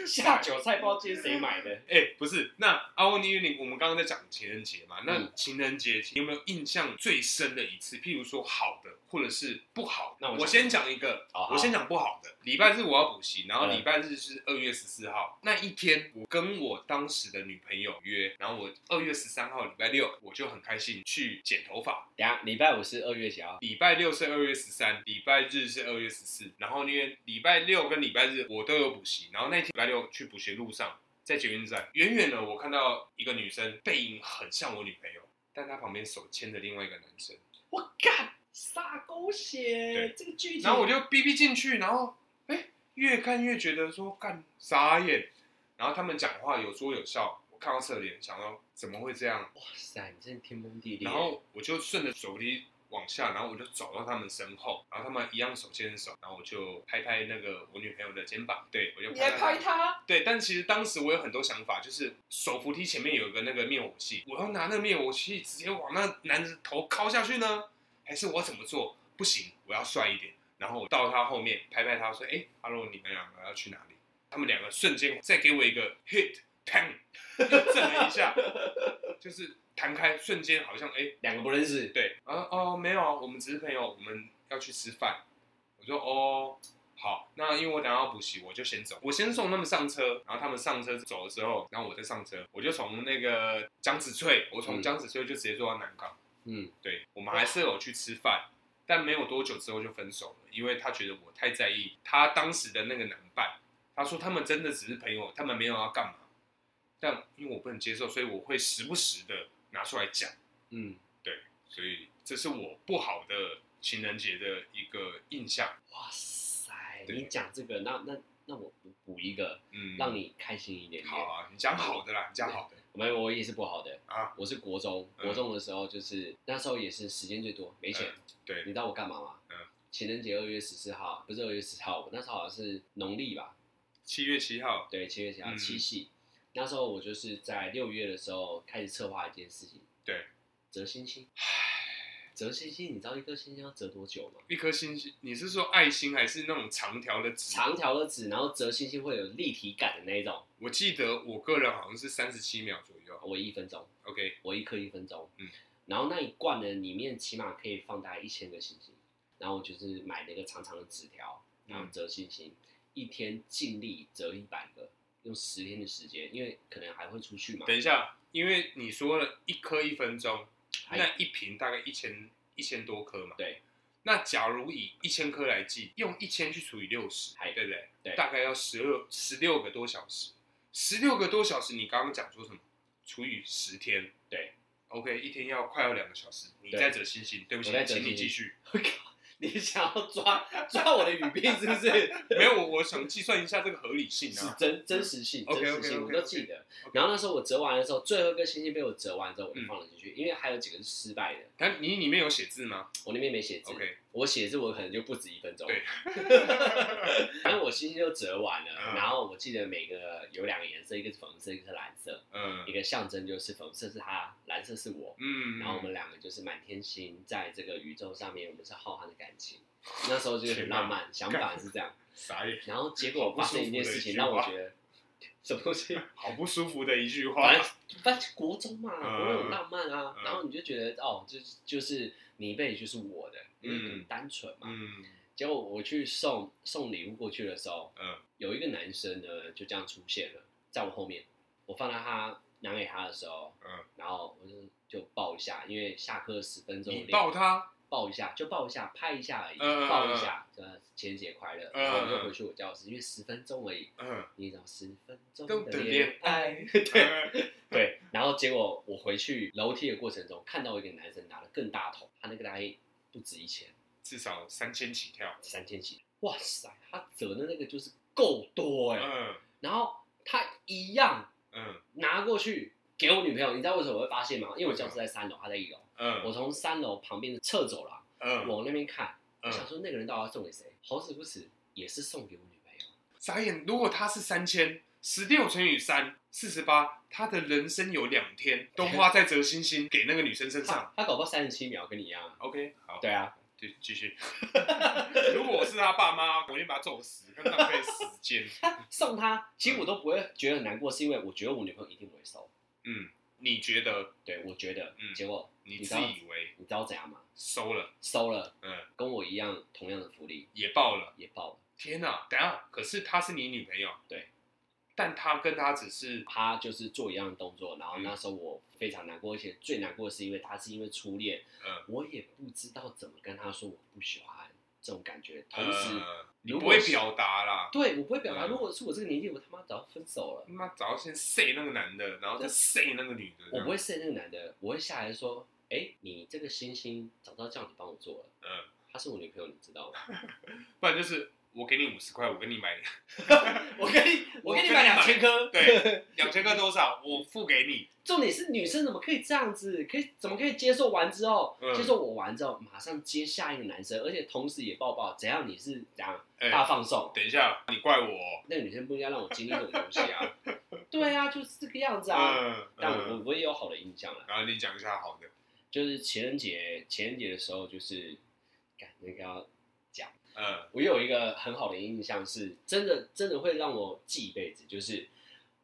B: 下酒菜不知道今天谁买的，
A: 哎、不是，那阿文尼因为你我们刚刚在讲情人节嘛，那
B: 嗯
A: 情人节你有没有印象最深的一次？譬如说好的，或者是不好的。
B: 那我
A: 我
B: 讲
A: 先讲一个，
B: 哦好
A: 我先讲不好的。礼拜日我要补习，然后
B: 嗯
A: 礼拜日是二月十四号、那一天，我跟我当时的女朋友约，然后我二月十三号礼拜六我就很开心去剪头发，
B: 等一下礼拜五是二月几号？
A: 礼拜六是二月十三，礼拜日是二月十四。然后因为礼拜六跟礼拜日我都有补习，然后那天礼拜六去补习路上，在捷运站，远远的我看到一个女生背影很像我女朋友，但她旁边手牵着另外一个男生，
B: 我干，撒狗血
A: 对，
B: 这个剧情，
A: 然后我就逼逼进去，然后哎越看越觉得说干傻眼，然后他们讲话有说有笑，我看到侧脸，想到怎么会这样，
B: 哇塞，你真的天崩地裂。
A: 然后我就顺着手机往下，然后我就走到他们身后，然后他们一样手牵手，然后我就拍拍那个我女朋友的肩膀，对我就
B: 你来拍
A: 她，
B: 他，
A: 对，但其实当时我有很多想法，就是手扶梯前面有一个那个灭火器，我要拿那个灭火器直接往那男子头敲下去呢，还是我怎么做？不行，我要帅一点。然后我到他后面拍拍他说：“哎，hello，你们两个要去哪里？”他们两个瞬间再给我一个 hit，砰， 又震了一下，就是弹开，瞬间好像哎。
B: 两个不认识，
A: 对，啊哦没有啊，我们只是朋友，我们要去吃饭。我说哦好，那因为我等下要补习，我就先走，我先送他们上车，然后他们上车走了之后，然后我再上车，我就从那个江子翠，我从
B: 嗯
A: 江子翠就直接坐到南港。
B: 嗯，
A: 对，我们还是有去吃饭，但没有多久之后就分手了，因为他觉得我太在意他当时的那个男伴。他说他们真的只是朋友，他们没有要干嘛。但因为我不能接受，所以我会时不时的拿出来讲。
B: 嗯，
A: 所以这是我不好的情人节的一个印象。
B: 哇塞，
A: 对
B: 你讲这个，那那那我补补一个，
A: 嗯，
B: 让你开心一点点。
A: 好啊，你讲好的啦，你讲好的
B: 没有，我也是不好的
A: 啊。
B: 我是国中，
A: 嗯
B: 国中的时候就是、那时候也是时间最多，没钱。
A: 嗯对
B: 你知道我干嘛吗？
A: 嗯
B: 情人节二月十四号，不是二月十号，我那时候好像是农历吧？
A: 七月七号，
B: 对，七月七号
A: 嗯
B: 啊七夕。那时候我就是在六月的时候开始策划一件事情，
A: 对，
B: 折星星。折星星，你知道一颗星星要折多久吗？
A: 一颗星星，你是说爱心还是那种长条的纸？
B: 长条的纸，然后折星星会有立体感的那一种。
A: 我记得我个人好像是三十七秒左右。
B: 我一分钟，
A: OK，
B: 我一颗一分钟，
A: 嗯，
B: 然后那一罐呢，里面起码可以放大概一千个星星，然后我就是买了一个长长的纸条，然
A: 嗯
B: 后折星星，一天尽力折一百个，用十天的时间，因为可能还会出去嘛，
A: 等一下，因为你说了一颗一分钟，
B: 还
A: 那一瓶大概一千一千多颗嘛。
B: 对。
A: 那假如以一千颗来计，用一千去除以六十，
B: 还
A: 对不对？
B: 对
A: 大概要十六十六个多小时，十六个多小时，你刚刚讲说什么？除以十天，
B: 对
A: ，OK，一天要快要两个小时，你
B: 对
A: 在折星星，对不起
B: 我在，折
A: 请你
B: 星星
A: 继 续。
B: 我靠，你想要抓抓我的语病是不 是？
A: 没有，我我想计算一下这个合理性
B: 是
A: 啊。
B: 真真实性，真
A: OK，OK，OK，
B: 实性我都
A: OK，OK，
B: 记得。然后那时候我折完的时候，最后一个星星被我折完之后，我就
A: 嗯
B: 放了进去，因为还有几个是失败的，
A: 但你里面有写字吗
B: 我那边没写字。
A: ？OK，
B: 我写字我可能就不止一分钟。
A: 对，
B: 反正我星星就折完了，
A: 嗯
B: 然后我记得每个有两个颜色，一个是粉红色，一个是蓝色，
A: 嗯
B: 一个象征就是粉红色是他，蓝色是我，
A: 嗯，
B: 然后我们两个就是满天星，在这个宇宙上面，我们是浩瀚的感情。那时候就是很浪漫，想法是这样。
A: 傻眼，
B: 然后结果发生一件事情，
A: 好
B: 让
A: 不舒服的一句话
B: 我觉得什么东西，
A: 好不舒服的一句话
B: 反。正反正国中嘛，
A: 嗯
B: 国中很浪漫啊。
A: 嗯
B: 然后你就觉得哦，就是就是你一辈子就是我的，因为很
A: 嗯
B: 单纯嘛。
A: 嗯
B: 结果我去送送礼物过去的时候，
A: 嗯
B: 有一个男生呢就这样出现了，在我后面，我放到他拿给他的时候，
A: 嗯，
B: 然后我就就抱一下，因为下课十分钟，
A: 你抱他，
B: 抱一下就抱一下，拍一下而已，
A: 嗯嗯嗯
B: 抱一下，呃，情人节快乐，
A: 嗯
B: 然后我就回去我教室，因为十分钟而已，
A: 嗯，
B: 你知道十分钟
A: 都
B: 的
A: 的
B: 恋
A: 恋
B: 爱，
A: 爱，对，
B: 对，然后结果我回去楼梯的过程中，看到一个男生拿了更大桶，他那个大概不止一千，
A: 至少三千起跳。
B: 三千起，哇塞，他折的那个就是够多哎、
A: 嗯
B: 然后他一样
A: 嗯
B: 拿过去给我女朋友，你知道为什么我会发现吗？因为我教室在三楼，她在一楼，
A: 嗯，
B: 我从三楼旁边的侧走廊
A: 嗯
B: 往那边看，我想
A: 嗯，
B: 说那个人到底要送给谁？好死不死也是送给我女朋友。
A: 眨眼，如果他是三千，十六乘以三，四十八，他的人生有两天都花在折星星给那个女生身上。
B: 他他搞不好三十七秒跟你一样啊。
A: OK，好，
B: 对啊，
A: 继继 续。如果我是他爸妈，我一定把他揍死，跟浪费时间。
B: 他送他，其实我都不会觉得很难过，是因为我觉得我女朋友一定不会收。
A: 嗯，你觉得
B: 对，我觉得，
A: 嗯
B: 结果
A: 你
B: 你知
A: 自
B: 道
A: 以为
B: 你知道怎样吗？
A: 收了，
B: 收了，
A: 嗯，
B: 跟我一样同样的福利
A: 也报了。
B: 也爆了。
A: 天哪、等一下，可是她是你女朋友，
B: 对，
A: 但她跟她只是
B: 他就是做一样的动作，然后
A: 嗯
B: 那时候我非常难过，而且最难过的是因为他是因为初恋，
A: 嗯
B: 我也不知道怎么跟他说我不喜欢这种感觉。同时，
A: 呃、你
B: 如
A: 不
B: 果
A: 会
B: 是
A: 表达啦。
B: 对我不会表达，
A: 嗯
B: 如果是我这个年纪，我他妈早就分手了
A: 他。妈早先 say 那个男的，然后再
B: 对
A: say 那个女的，
B: 我不会是那个男的，我会下来说，哎、你这个星星早知道叫你帮我做了，
A: 这样，嗯，
B: 她是我女朋友，你 知道吗？
A: 不然就是我给你五十块，我给你 买
B: 我给你，我给你
A: 我跟
B: 买
A: 你
B: 两
A: 买
B: 千颗。
A: 对，两千块多少，我付给你，
B: 重点是女生怎么可以这样子？可以怎么可以接受完之后，
A: 嗯
B: 接受我完之后，马上接下一个男生，而且同时也抱抱，怎样？你是怎样
A: 哎、
B: 大放送？
A: 等一下，你怪我哦，
B: 那个女生不应该让我经历这种东西 啊！对啊，就是这个样子啊。
A: 嗯，
B: 但我
A: 嗯
B: 我我也有好的印象了，
A: 然后你讲一下好的，
B: 就是情人节情人节的时候，就是，感那个要
A: 嗯
B: 我有一个很好的印象是，真的真的会让我记一辈子，就是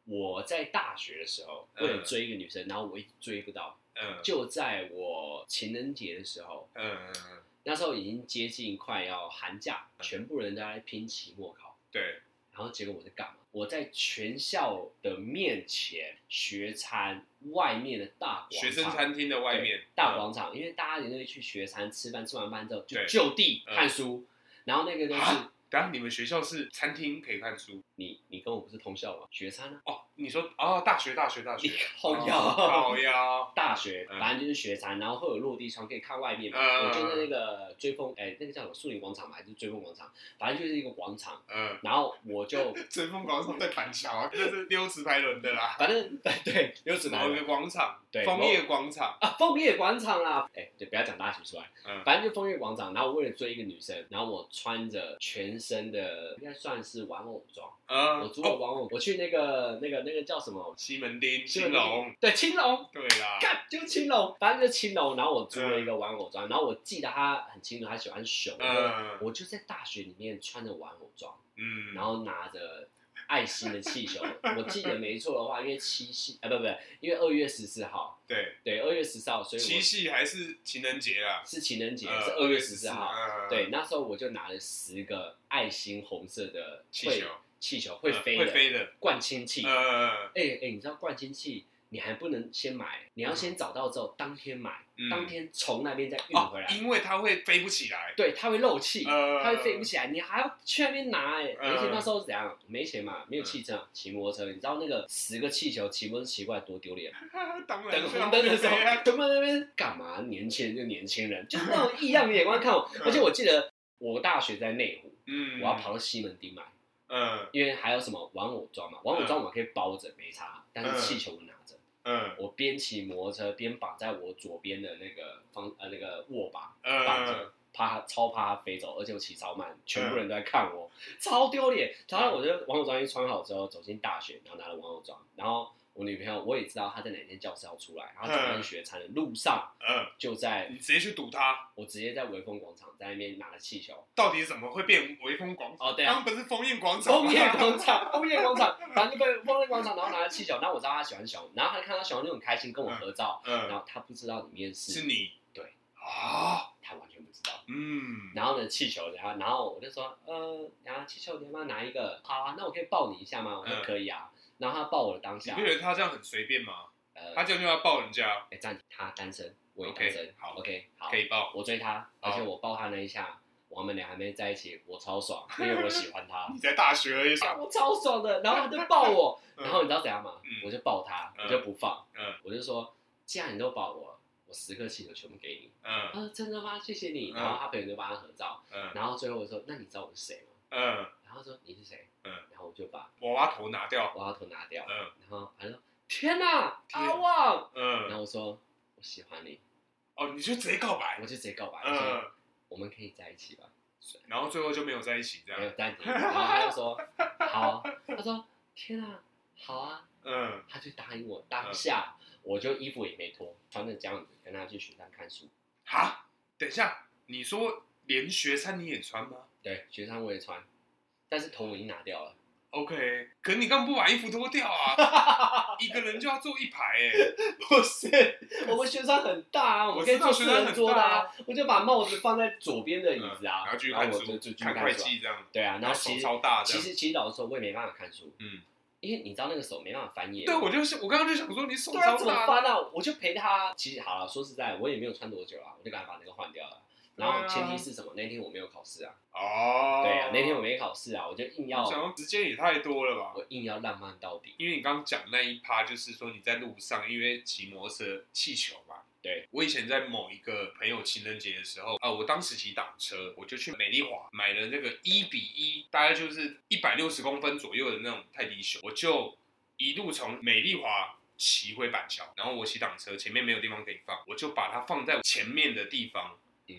B: 我在大学的时候，
A: 嗯
B: 为了追一个女生，然后我一直追不到，
A: 嗯
B: 就在我情人节的时候，
A: 嗯嗯嗯，
B: 那时候已经接近快要寒假，
A: 嗯
B: 全部人都在拼期末考，
A: 对，
B: 然后结果我在干嘛？我在全校的面前学餐外面的大广场，
A: 学生餐厅的外面嗯
B: 对，大广场，因为大家也会去学餐吃饭，吃完饭之后就
A: 对
B: 就地
A: 嗯
B: 看书，然后那个都是。
A: 啊然后你们学校是餐厅可以看书
B: 你你跟我不是同校吗？学餐啊，
A: 哦？你说哦，大学大学大学，
B: 好
A: 哦
B: 摇，
A: 好呀，
B: 大学
A: 嗯
B: 反正就是学餐，然后会有落地窗可以看外面嘛。
A: 嗯
B: 我就在那个追风，哎、那个叫什么树林广场嘛，还是追风广场？反正就是一个广场。
A: 嗯，
B: 然后我就。
A: 追风广场在板桥啊，这是溜直排轮的啦
B: 反正 对，有指南
A: 某个广场，
B: 对
A: 枫叶广场，
B: 啊，枫叶广场啦，哎、对，不要讲大学出来，
A: 嗯
B: 反正就枫叶广场。然后我为了追一个女生，然后我穿着全身的应该算是玩偶装，
A: 嗯，
B: 我租了
A: 哦，
B: 玩偶，我去那个那个那个叫什么？
A: 西门町、青龙，
B: 对，青龙，
A: 对啦，
B: 干就是青龙，啊反正就是青龙。然后我租了一个玩偶装，然后我记得他很清楚，他喜欢熊。
A: 嗯
B: 我就在大学里面穿着玩偶装，
A: 嗯，
B: 然后拿着爱心的气球。 我记得没错的话，因为七夕啊，不不，因为二月十四号，
A: 对，
B: 对，二月十四号，所以
A: 七
B: 我
A: 夕还是情人节啦，
B: 是情人节，
A: 呃
B: 是二月十四号。
A: 嗯
B: 对，那时候我就拿了十个爱心红色的
A: 气
B: 会
A: 球，
B: 气球会
A: 嗯
B: 飞
A: 会
B: 的
A: 飞的，
B: 灌氢气。哎
A: 呃，
B: 哎、你知道灌氢气？你还不能先买，你要先找到之后当天买。
A: 嗯
B: 当天从那边再运
A: 哦
B: 回来，，
A: 因为它会飞不起来，
B: 对，它会漏气，
A: 呃，
B: 它会飞不起来，你还要去那边拿哎、
A: 嗯
B: 而且那时候是怎样，没钱嘛，没有汽车，骑摩托车，你知道那个十个气球骑摩托车骑过来多丢脸？
A: 当然
B: 等红灯的时候
A: 对啊，
B: 他们那边干嘛？年轻人就年轻人，就是那种异样的眼光 看我。而且我记得我大学在内湖，
A: 嗯，
B: 我要跑，到西门町买，
A: 嗯
B: 因为还有什么玩偶装嘛，玩偶装我可以包着没差，但是气球我拿着。
A: 嗯
B: 我边骑摩托车边绑在我左边的那个方呃那个握把，绑
A: 嗯
B: 着，怕超怕它飞走，而且我骑超慢，全部人都在看我，超丢脸。然
A: 嗯
B: 后我就玩偶装一穿好之后走进大学，然后拿了玩偶装，然后我女朋友我也知道她在哪天教室要出来，然后早上学餐的路上
A: 嗯，
B: 就在
A: 你直接去堵它，
B: 我直接在微风广场在那边拿了气 球，
A: 到底怎么会变微风广场？
B: 哦对啊
A: 刚不是枫叶广场吗，
B: 枫叶广场，枫叶广场，反正就被枫叶广场，然后拿了气球，然后我知道她喜欢熊，然后她看到熊就很开心跟我合照，然
A: 嗯，
B: 后她不知道里面
A: 是
B: 是，
A: 你，
B: 对
A: 啊，
B: 她完全不知道。
A: 嗯，
B: 然后呢，气球，然后然后我就说，呃，然后气球你要不要拿一个？好啊，那我可以抱你一下吗？我说
A: 嗯
B: 可以啊。然后他抱我的当
A: 你
B: 下
A: 不，觉得他这样很随便吗？
B: 呃，
A: 他这样就要抱人家，
B: 哎，暂停，他单身，我也
A: OK，
B: 单身，
A: 好
B: o k 好
A: 可，以抱，
B: 我追他，
A: 好
B: 而且我抱他那一下，我们俩还没在一起，我 超爽，因为我喜欢他
A: 你，在大学而已，
B: 我超爽的。然后他就抱我，
A: 嗯
B: 啊然后你知道怎样吗？
A: 嗯
B: 我就抱他，
A: 嗯
B: 我就不放，
A: 嗯
B: 我就说，既然你都抱我了，我十颗气球全部给你。
A: 嗯
B: 啊，真的吗？谢谢你。
A: 嗯
B: 然后他朋友就帮他合照，
A: 嗯
B: 然后最后我说，那你知道我是谁吗？
A: 嗯，
B: 然后他说你是谁？
A: 嗯
B: 然后我就把
A: 娃娃头拿掉，
B: 娃娃头拿掉，
A: 嗯
B: 然后他说天哪，
A: 天
B: 阿旺。然
A: 嗯，
B: 后我说我喜欢你，
A: 哦，你就直接告白
B: 我，就直接告白，我说
A: 嗯，
B: 我们可以在一起吧。
A: 然后最后就没有在一起这
B: 没有
A: 样，
B: 暂停，然后他就说好，他说天啊，好啊，
A: 嗯
B: 他就答应我，当下我就衣服也没脱，穿着这样子跟他去雪山看书。
A: 哈，等一下，你说连学衫你也穿吗
B: 对，雪山我也穿，但是头我已经拿 掉了。
A: ？OK，可你干嘛不把衣服脱掉 啊？一个人就要坐一排哎，
B: 不是，我们雪山很大啊，我们可以坐四人桌的啊，我就把帽子放在左边的椅子啊，
A: 嗯然后继续
B: 然
A: 看
B: 后我就
A: 书
B: 就、继续
A: 看
B: 看
A: 会
B: 书啊
A: 计这样，
B: 对啊，然后
A: 手
B: 其实
A: 超大这
B: 其
A: 样。
B: 实其实老实说，我也没办法看书，
A: 嗯，
B: 因为你知道那个手没办法翻页，
A: 对，我就是我刚刚就想说你手
B: 不然
A: 超
B: 怎么
A: 大，
B: 翻啊？我就陪他。其实好了，说实在，我也没有穿多久啊，我就赶快把那个换掉了。然后前提是什么？那天我没有考试啊，
A: 哦，
B: 对啊，那天我没考试啊，我就硬要
A: 想要时间也太多了吧？
B: 我硬要浪漫到底。
A: 因为你刚刚讲那一趴，就是说你在路上，因为骑摩托车气球嘛。
B: 对，
A: 我以前在某一个朋友情人节的时候，啊、我当时骑挡车，我就去美丽华买了那个一比一，大概就是一百六十公分左右的那种泰迪熊，我就一路从美丽华骑回板桥，然后我骑挡车，前面没有地方可以放，我就把它放在前面的地方，
B: 嗯，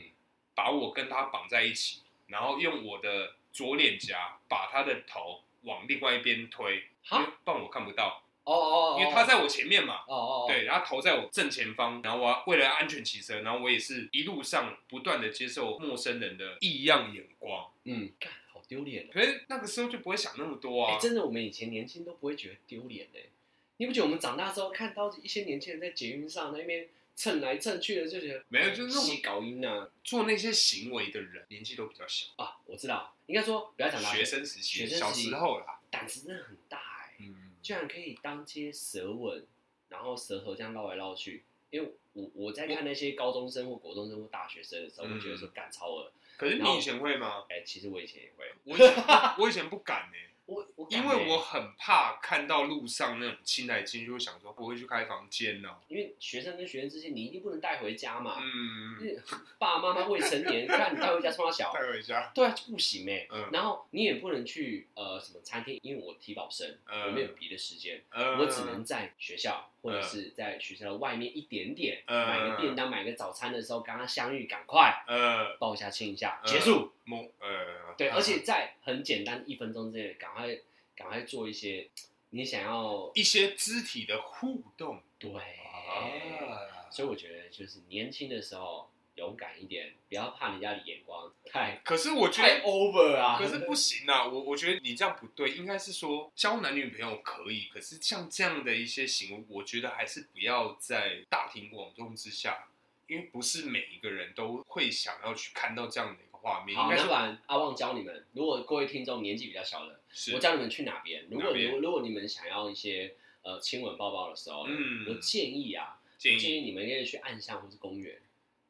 A: 把我跟它绑在一起，然后用我的左脸颊把它的头往另外一边推，因为
B: 哈，
A: 不然我看不到，
B: 哦啊哦，哦
A: 因为他，在我前面嘛。
B: 哦哦，哦，
A: 对，然后头在我正前方，然后我要为了安全骑车，然后我也是一路上不断的接受陌生人的异样眼光，
B: 嗯，干，好丢脸哦。
A: 可是那个时候就不会想那么多
B: 哎
A: 啊，，
B: 真的，我们以前年轻都不会觉得丢脸嘞。你不觉得我们长大之后看到一些年轻人在捷运上那边蹭来蹭去的，就觉得
A: 没有就是那种
B: 洗搞音啊
A: 做那些行为的人年纪都比较小，
B: 啊！我知道，应该说不要讲大
A: 学生时期，
B: 学生
A: 小
B: 时期
A: 时候啦，
B: 胆子真的很大哎、
A: 嗯，
B: 居然可以当街舌吻，然后舌头这样绕来绕去。因为我我在看那些高中生或国中生或大学生的时候，
A: 嗯
B: 会觉得说干超恶。
A: 可是
B: 然
A: 你
B: 后
A: 以前会 吗？
B: 哎、其实我以前也会，
A: 我以前我以前不敢呢、
B: 我我敢
A: 因
B: 欸
A: 为我很怕看到路上那种亲来亲去，就会想说不会去开房间哦呢、
B: 因为学生跟学生之间，你一定不能带回家嘛。因
A: 嗯，
B: 为爸爸妈妈未成年，看你带回家冲他小
A: 带，回家，
B: 对啊，就不行哎、
A: 嗯
B: 然后你也不能去呃什么餐厅，因为我体保生，
A: 嗯
B: 我没有别的时间，
A: 呃
B: 我只能在学校或者是在学校的外面一点点、
A: 嗯
B: 买个便当、买个早餐的时候跟他相遇，赶快
A: 呃
B: 抱一下亲一下，
A: 嗯
B: 结束。
A: 某呃
B: 对，而且在很简单一分钟之内，赶快赶快做一些你想要
A: 一些肢体的互动
B: 对。
A: 啊，
B: 所以我觉得就是年轻的时候勇敢一点，不要怕人家的眼光太
A: 可是我觉
B: 太
A: 得。
B: over 啊。
A: 可是不行啊，我我觉得你这样不对，应该是说交男女朋友可以，可是像这样的一些行为，我觉得还是不要在大庭广众之下，因为不是每一个人都会想要去看到这样的一个画面，应
B: 好，
A: 该
B: 那
A: 是
B: 不然阿旺教你们，如果各位听众年纪比较小的，
A: 是
B: 我教你们去哪边。如果
A: 哪边
B: 如如果你们想要一些呃亲吻抱抱的时候，
A: 嗯
B: 我建议啊，
A: 建
B: 我建议
A: 议
B: 你们可以去暗巷或是公园，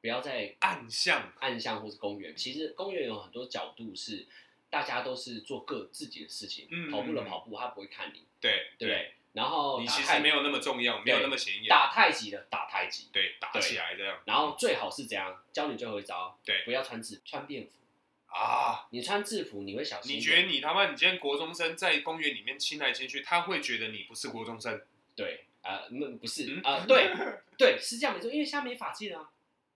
B: 不要在
A: 暗巷，
B: 暗巷或是公园。其实公园有很多角度是大家都是做各自己的事情，
A: 嗯
B: 跑步的跑步，他不会看你，
A: 对
B: 对不对？然后
A: 你
B: 打
A: 其
B: 太
A: 实没有那么重要，没有那么显眼，
B: 打太极的打太极，
A: 对，打
B: 对
A: 起来这样，
B: 然后最好是怎样？教你最后一招，
A: 对
B: 不要穿制穿便服。
A: 啊，
B: 你穿制服你会小心一
A: 你
B: 点，
A: 觉得你他妈你今天国中生在公园里面亲来亲去，他会觉得你不是国中生，
B: 对啊，那、不是
A: 嗯
B: 啊、对对是这样没错，因为现在没法进啊，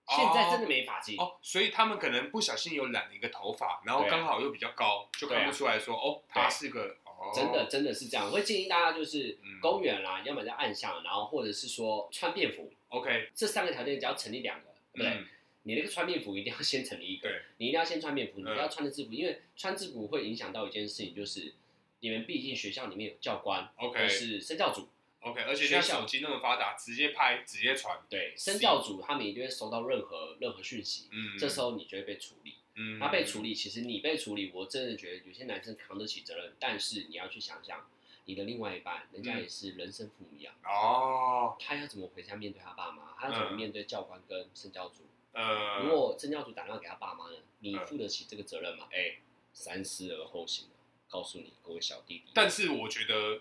A: 哦
B: 现在真的没法进。
A: 哦，所以他们可能不小心有染了一个头发，然后
B: 对啊啊
A: 刚好又比较高，就看不出来说、哦，他是个哦，
B: 真的，真的是这样，我会建议大家就是
A: 嗯
B: 公园啦，要么在暗巷，然后或者是说穿便服，
A: 哦 OK，
B: 这三个条件只要成立两个，对不对？
A: 嗯，
B: 你那个穿便服一定要先成立一个
A: 对，
B: 你一定要先穿便服，你不
A: 嗯
B: 要穿着制服，因为穿制服会影响到一件事情，就是你们毕竟学校里面有教官
A: OK
B: 或是身教组，
A: OK，而且现在
B: 学校
A: 手机那么发达，直接拍直接传，
B: 对，身教组他们一定会收到任何任何讯息，
A: 嗯，
B: 这时候你就会被处理。
A: 嗯，
B: 他被处理，其实你被处理，我真的觉得有些男生扛得起责任，但是你要去想想，你的另外一半，
A: 嗯
B: 人家也是人生父母一样，
A: 哦，嗯
B: 他要怎么回家面对他爸妈，他要怎么面对教官跟身教组，
A: 呃，
B: 如果真教主打电话给他爸妈呢，你
A: 嗯
B: 负得起这个责任吗？哎、三思而后行，啊告诉你各位小弟弟，
A: 但是我觉得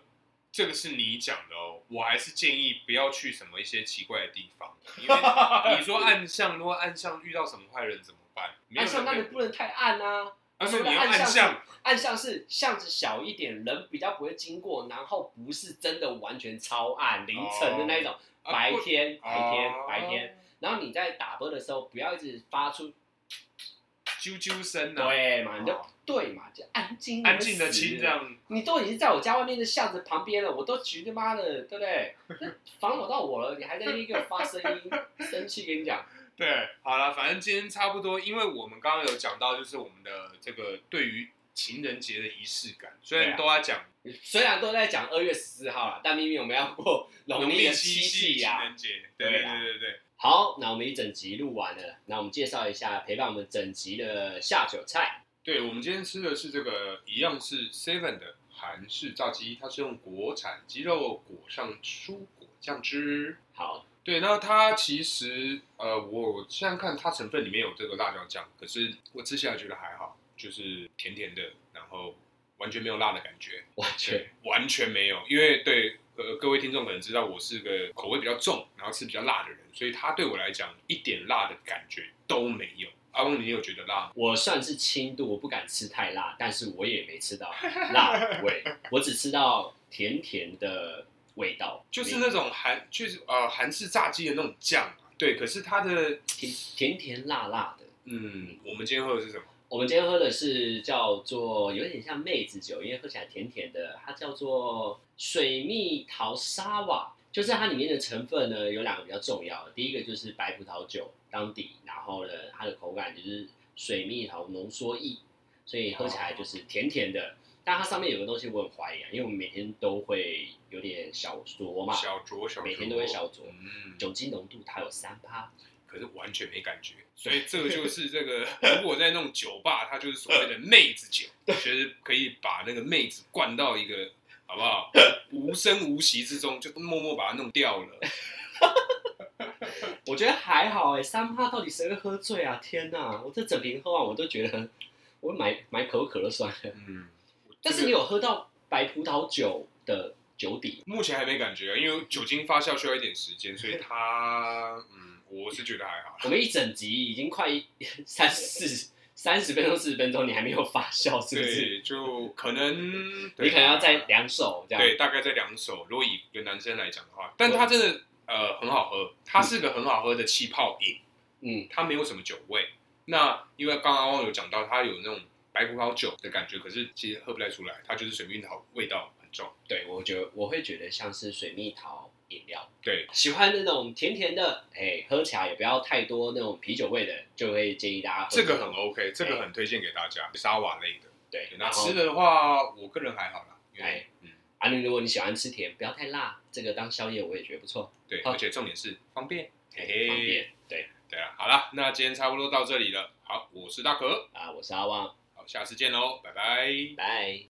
A: 这个是你讲的哦，我还是建议不要去什么一些奇怪的地方，因 为你说暗巷，如果暗巷遇到什么坏人怎么办？没有
B: 暗
A: 人
B: 巷那
A: 可
B: 你
A: 以，
B: 不能太暗啊，
A: 而且你要
B: 暗
A: 暗
B: 巷是
A: 巷，
B: 暗巷是巷子小一点，人比较不会经过，然后不是真的完全超暗，凌晨的那一种，
A: 哦啊
B: 白
A: 不
B: 天、白天、
A: 哦
B: 白天，然后你在打波的时候，不要一直发出
A: 啾啾声啊，
B: 对嘛，你就
A: 哦
B: 对嘛，就安静地
A: 安静的亲
B: 死
A: 这样，
B: 你都已经在我家外面的巷子旁边了，我都觉得妈的，对不对？这烦扰到我了，你还在那边给我发声音，生气跟你讲，
A: 对，好了，反正今天差不多，因为我们刚刚有讲到，就是我们的这个对于情人节的仪式感，虽
B: 对
A: 然
B: 啊
A: 都在讲
B: 虽然都在讲二月十四号了，但明明我们要过农
A: 农
B: 历
A: 历
B: 的
A: 七
B: 七
A: 夕
B: 夕
A: 情
B: 呀、
A: 人节，对对
B: 对啊
A: 对对对，
B: 好，那我们一整集录完了，那我们介绍一下陪伴我们整集的下酒菜，
A: 对，我们今天吃的是这个一样是 Seven 的韩式炸鸡，它是用国产鸡肉裹上蔬果酱汁。
B: 好，
A: 对，那它其实呃，我现在看它成分里面有这个辣椒酱，可是我吃起来觉得还好，就是甜甜的，然后完全没有辣的感觉。
B: 完全
A: 对，完全没有，因为对呃各位听众可能知道我是个口味比较重，然后吃比较辣的人，所以它对我来讲一点辣的感觉都没有。阿翁，你有觉得辣吗？
B: 我算是轻度，我不敢吃太辣，但是我也没吃到辣 味，我只吃到甜甜的味道，
A: 就是那种韩，就是呃韩式炸鸡的那种酱啊，对。可是它的
B: 甜甜甜辣辣的。
A: 嗯，我们今天喝的是什么？
B: 我们今天喝的是叫做有点像妹子酒，因为喝起来甜甜的，它叫做水蜜桃沙瓦，就是它里面的成分呢有两个比较重要的，第一个就是白葡萄酒当底，然后呢它的口感就是水蜜桃浓缩液，所以喝起来就是甜甜的。但它上面有个东西我很怀疑啊，因为我们每天都会有点小酌嘛，
A: 小酌小酌，
B: 每天都会小酌
A: 嗯，
B: 酒精浓度它有三趴，
A: 可是完全没感 觉，所以这个就是这个， 如果在那种酒吧，它就是所谓的妹子 酒，就是可以把那个妹子灌到一个好不 好，无声无息之中就默默把它弄掉 了。
B: 我觉得还好哎、三趴到底谁会喝醉啊？天哪，我这整瓶喝完，我都觉得我买买可口可乐算了。
A: 嗯，
B: 但是你有喝到白葡萄酒的酒底，
A: 目前还没感觉，因为酒精发酵需要一点时间，所以 它嗯，我是觉得还好。
B: 我们一整集已经快三四三十分钟、四十分钟，你还没有发酵，是不是？
A: 对，就可能
B: 你可能要再
A: 在
B: 两手这样。
A: 对，大概在两手。如果以一个男生来讲的话，但它真的呃很好喝，它是个很好喝的气泡饮。
B: 嗯，
A: 它没有什么酒味。那因为刚刚阿旺有讲到，它有那种白葡萄酒的感觉，可是其实喝不太出来，它就是水蜜桃味道很重。
B: 对，我觉得我会觉得像是水蜜桃饮料，
A: 对，
B: 喜欢那种甜甜的，哎，喝起来也不要太多那种啤酒味的，就会建议大家喝
A: 这个很
B: 种
A: OK，这个很推荐给大家，沙瓦类的。
B: 对。
A: 那
B: 然后
A: 吃的话，我个人还好啦，因为
B: 哎
A: 嗯
B: 啊，你如果你喜欢吃甜，不要太辣，这个当宵夜我也觉得不错，
A: 对，
B: 好
A: 而且重点是方便，嘿嘿，
B: 方。便。对
A: 对啊，好啦，那今天差不多到这里了。好，我是大可，
B: 啊，我是阿旺，
A: 好，下次见喽，拜拜。
B: 拜。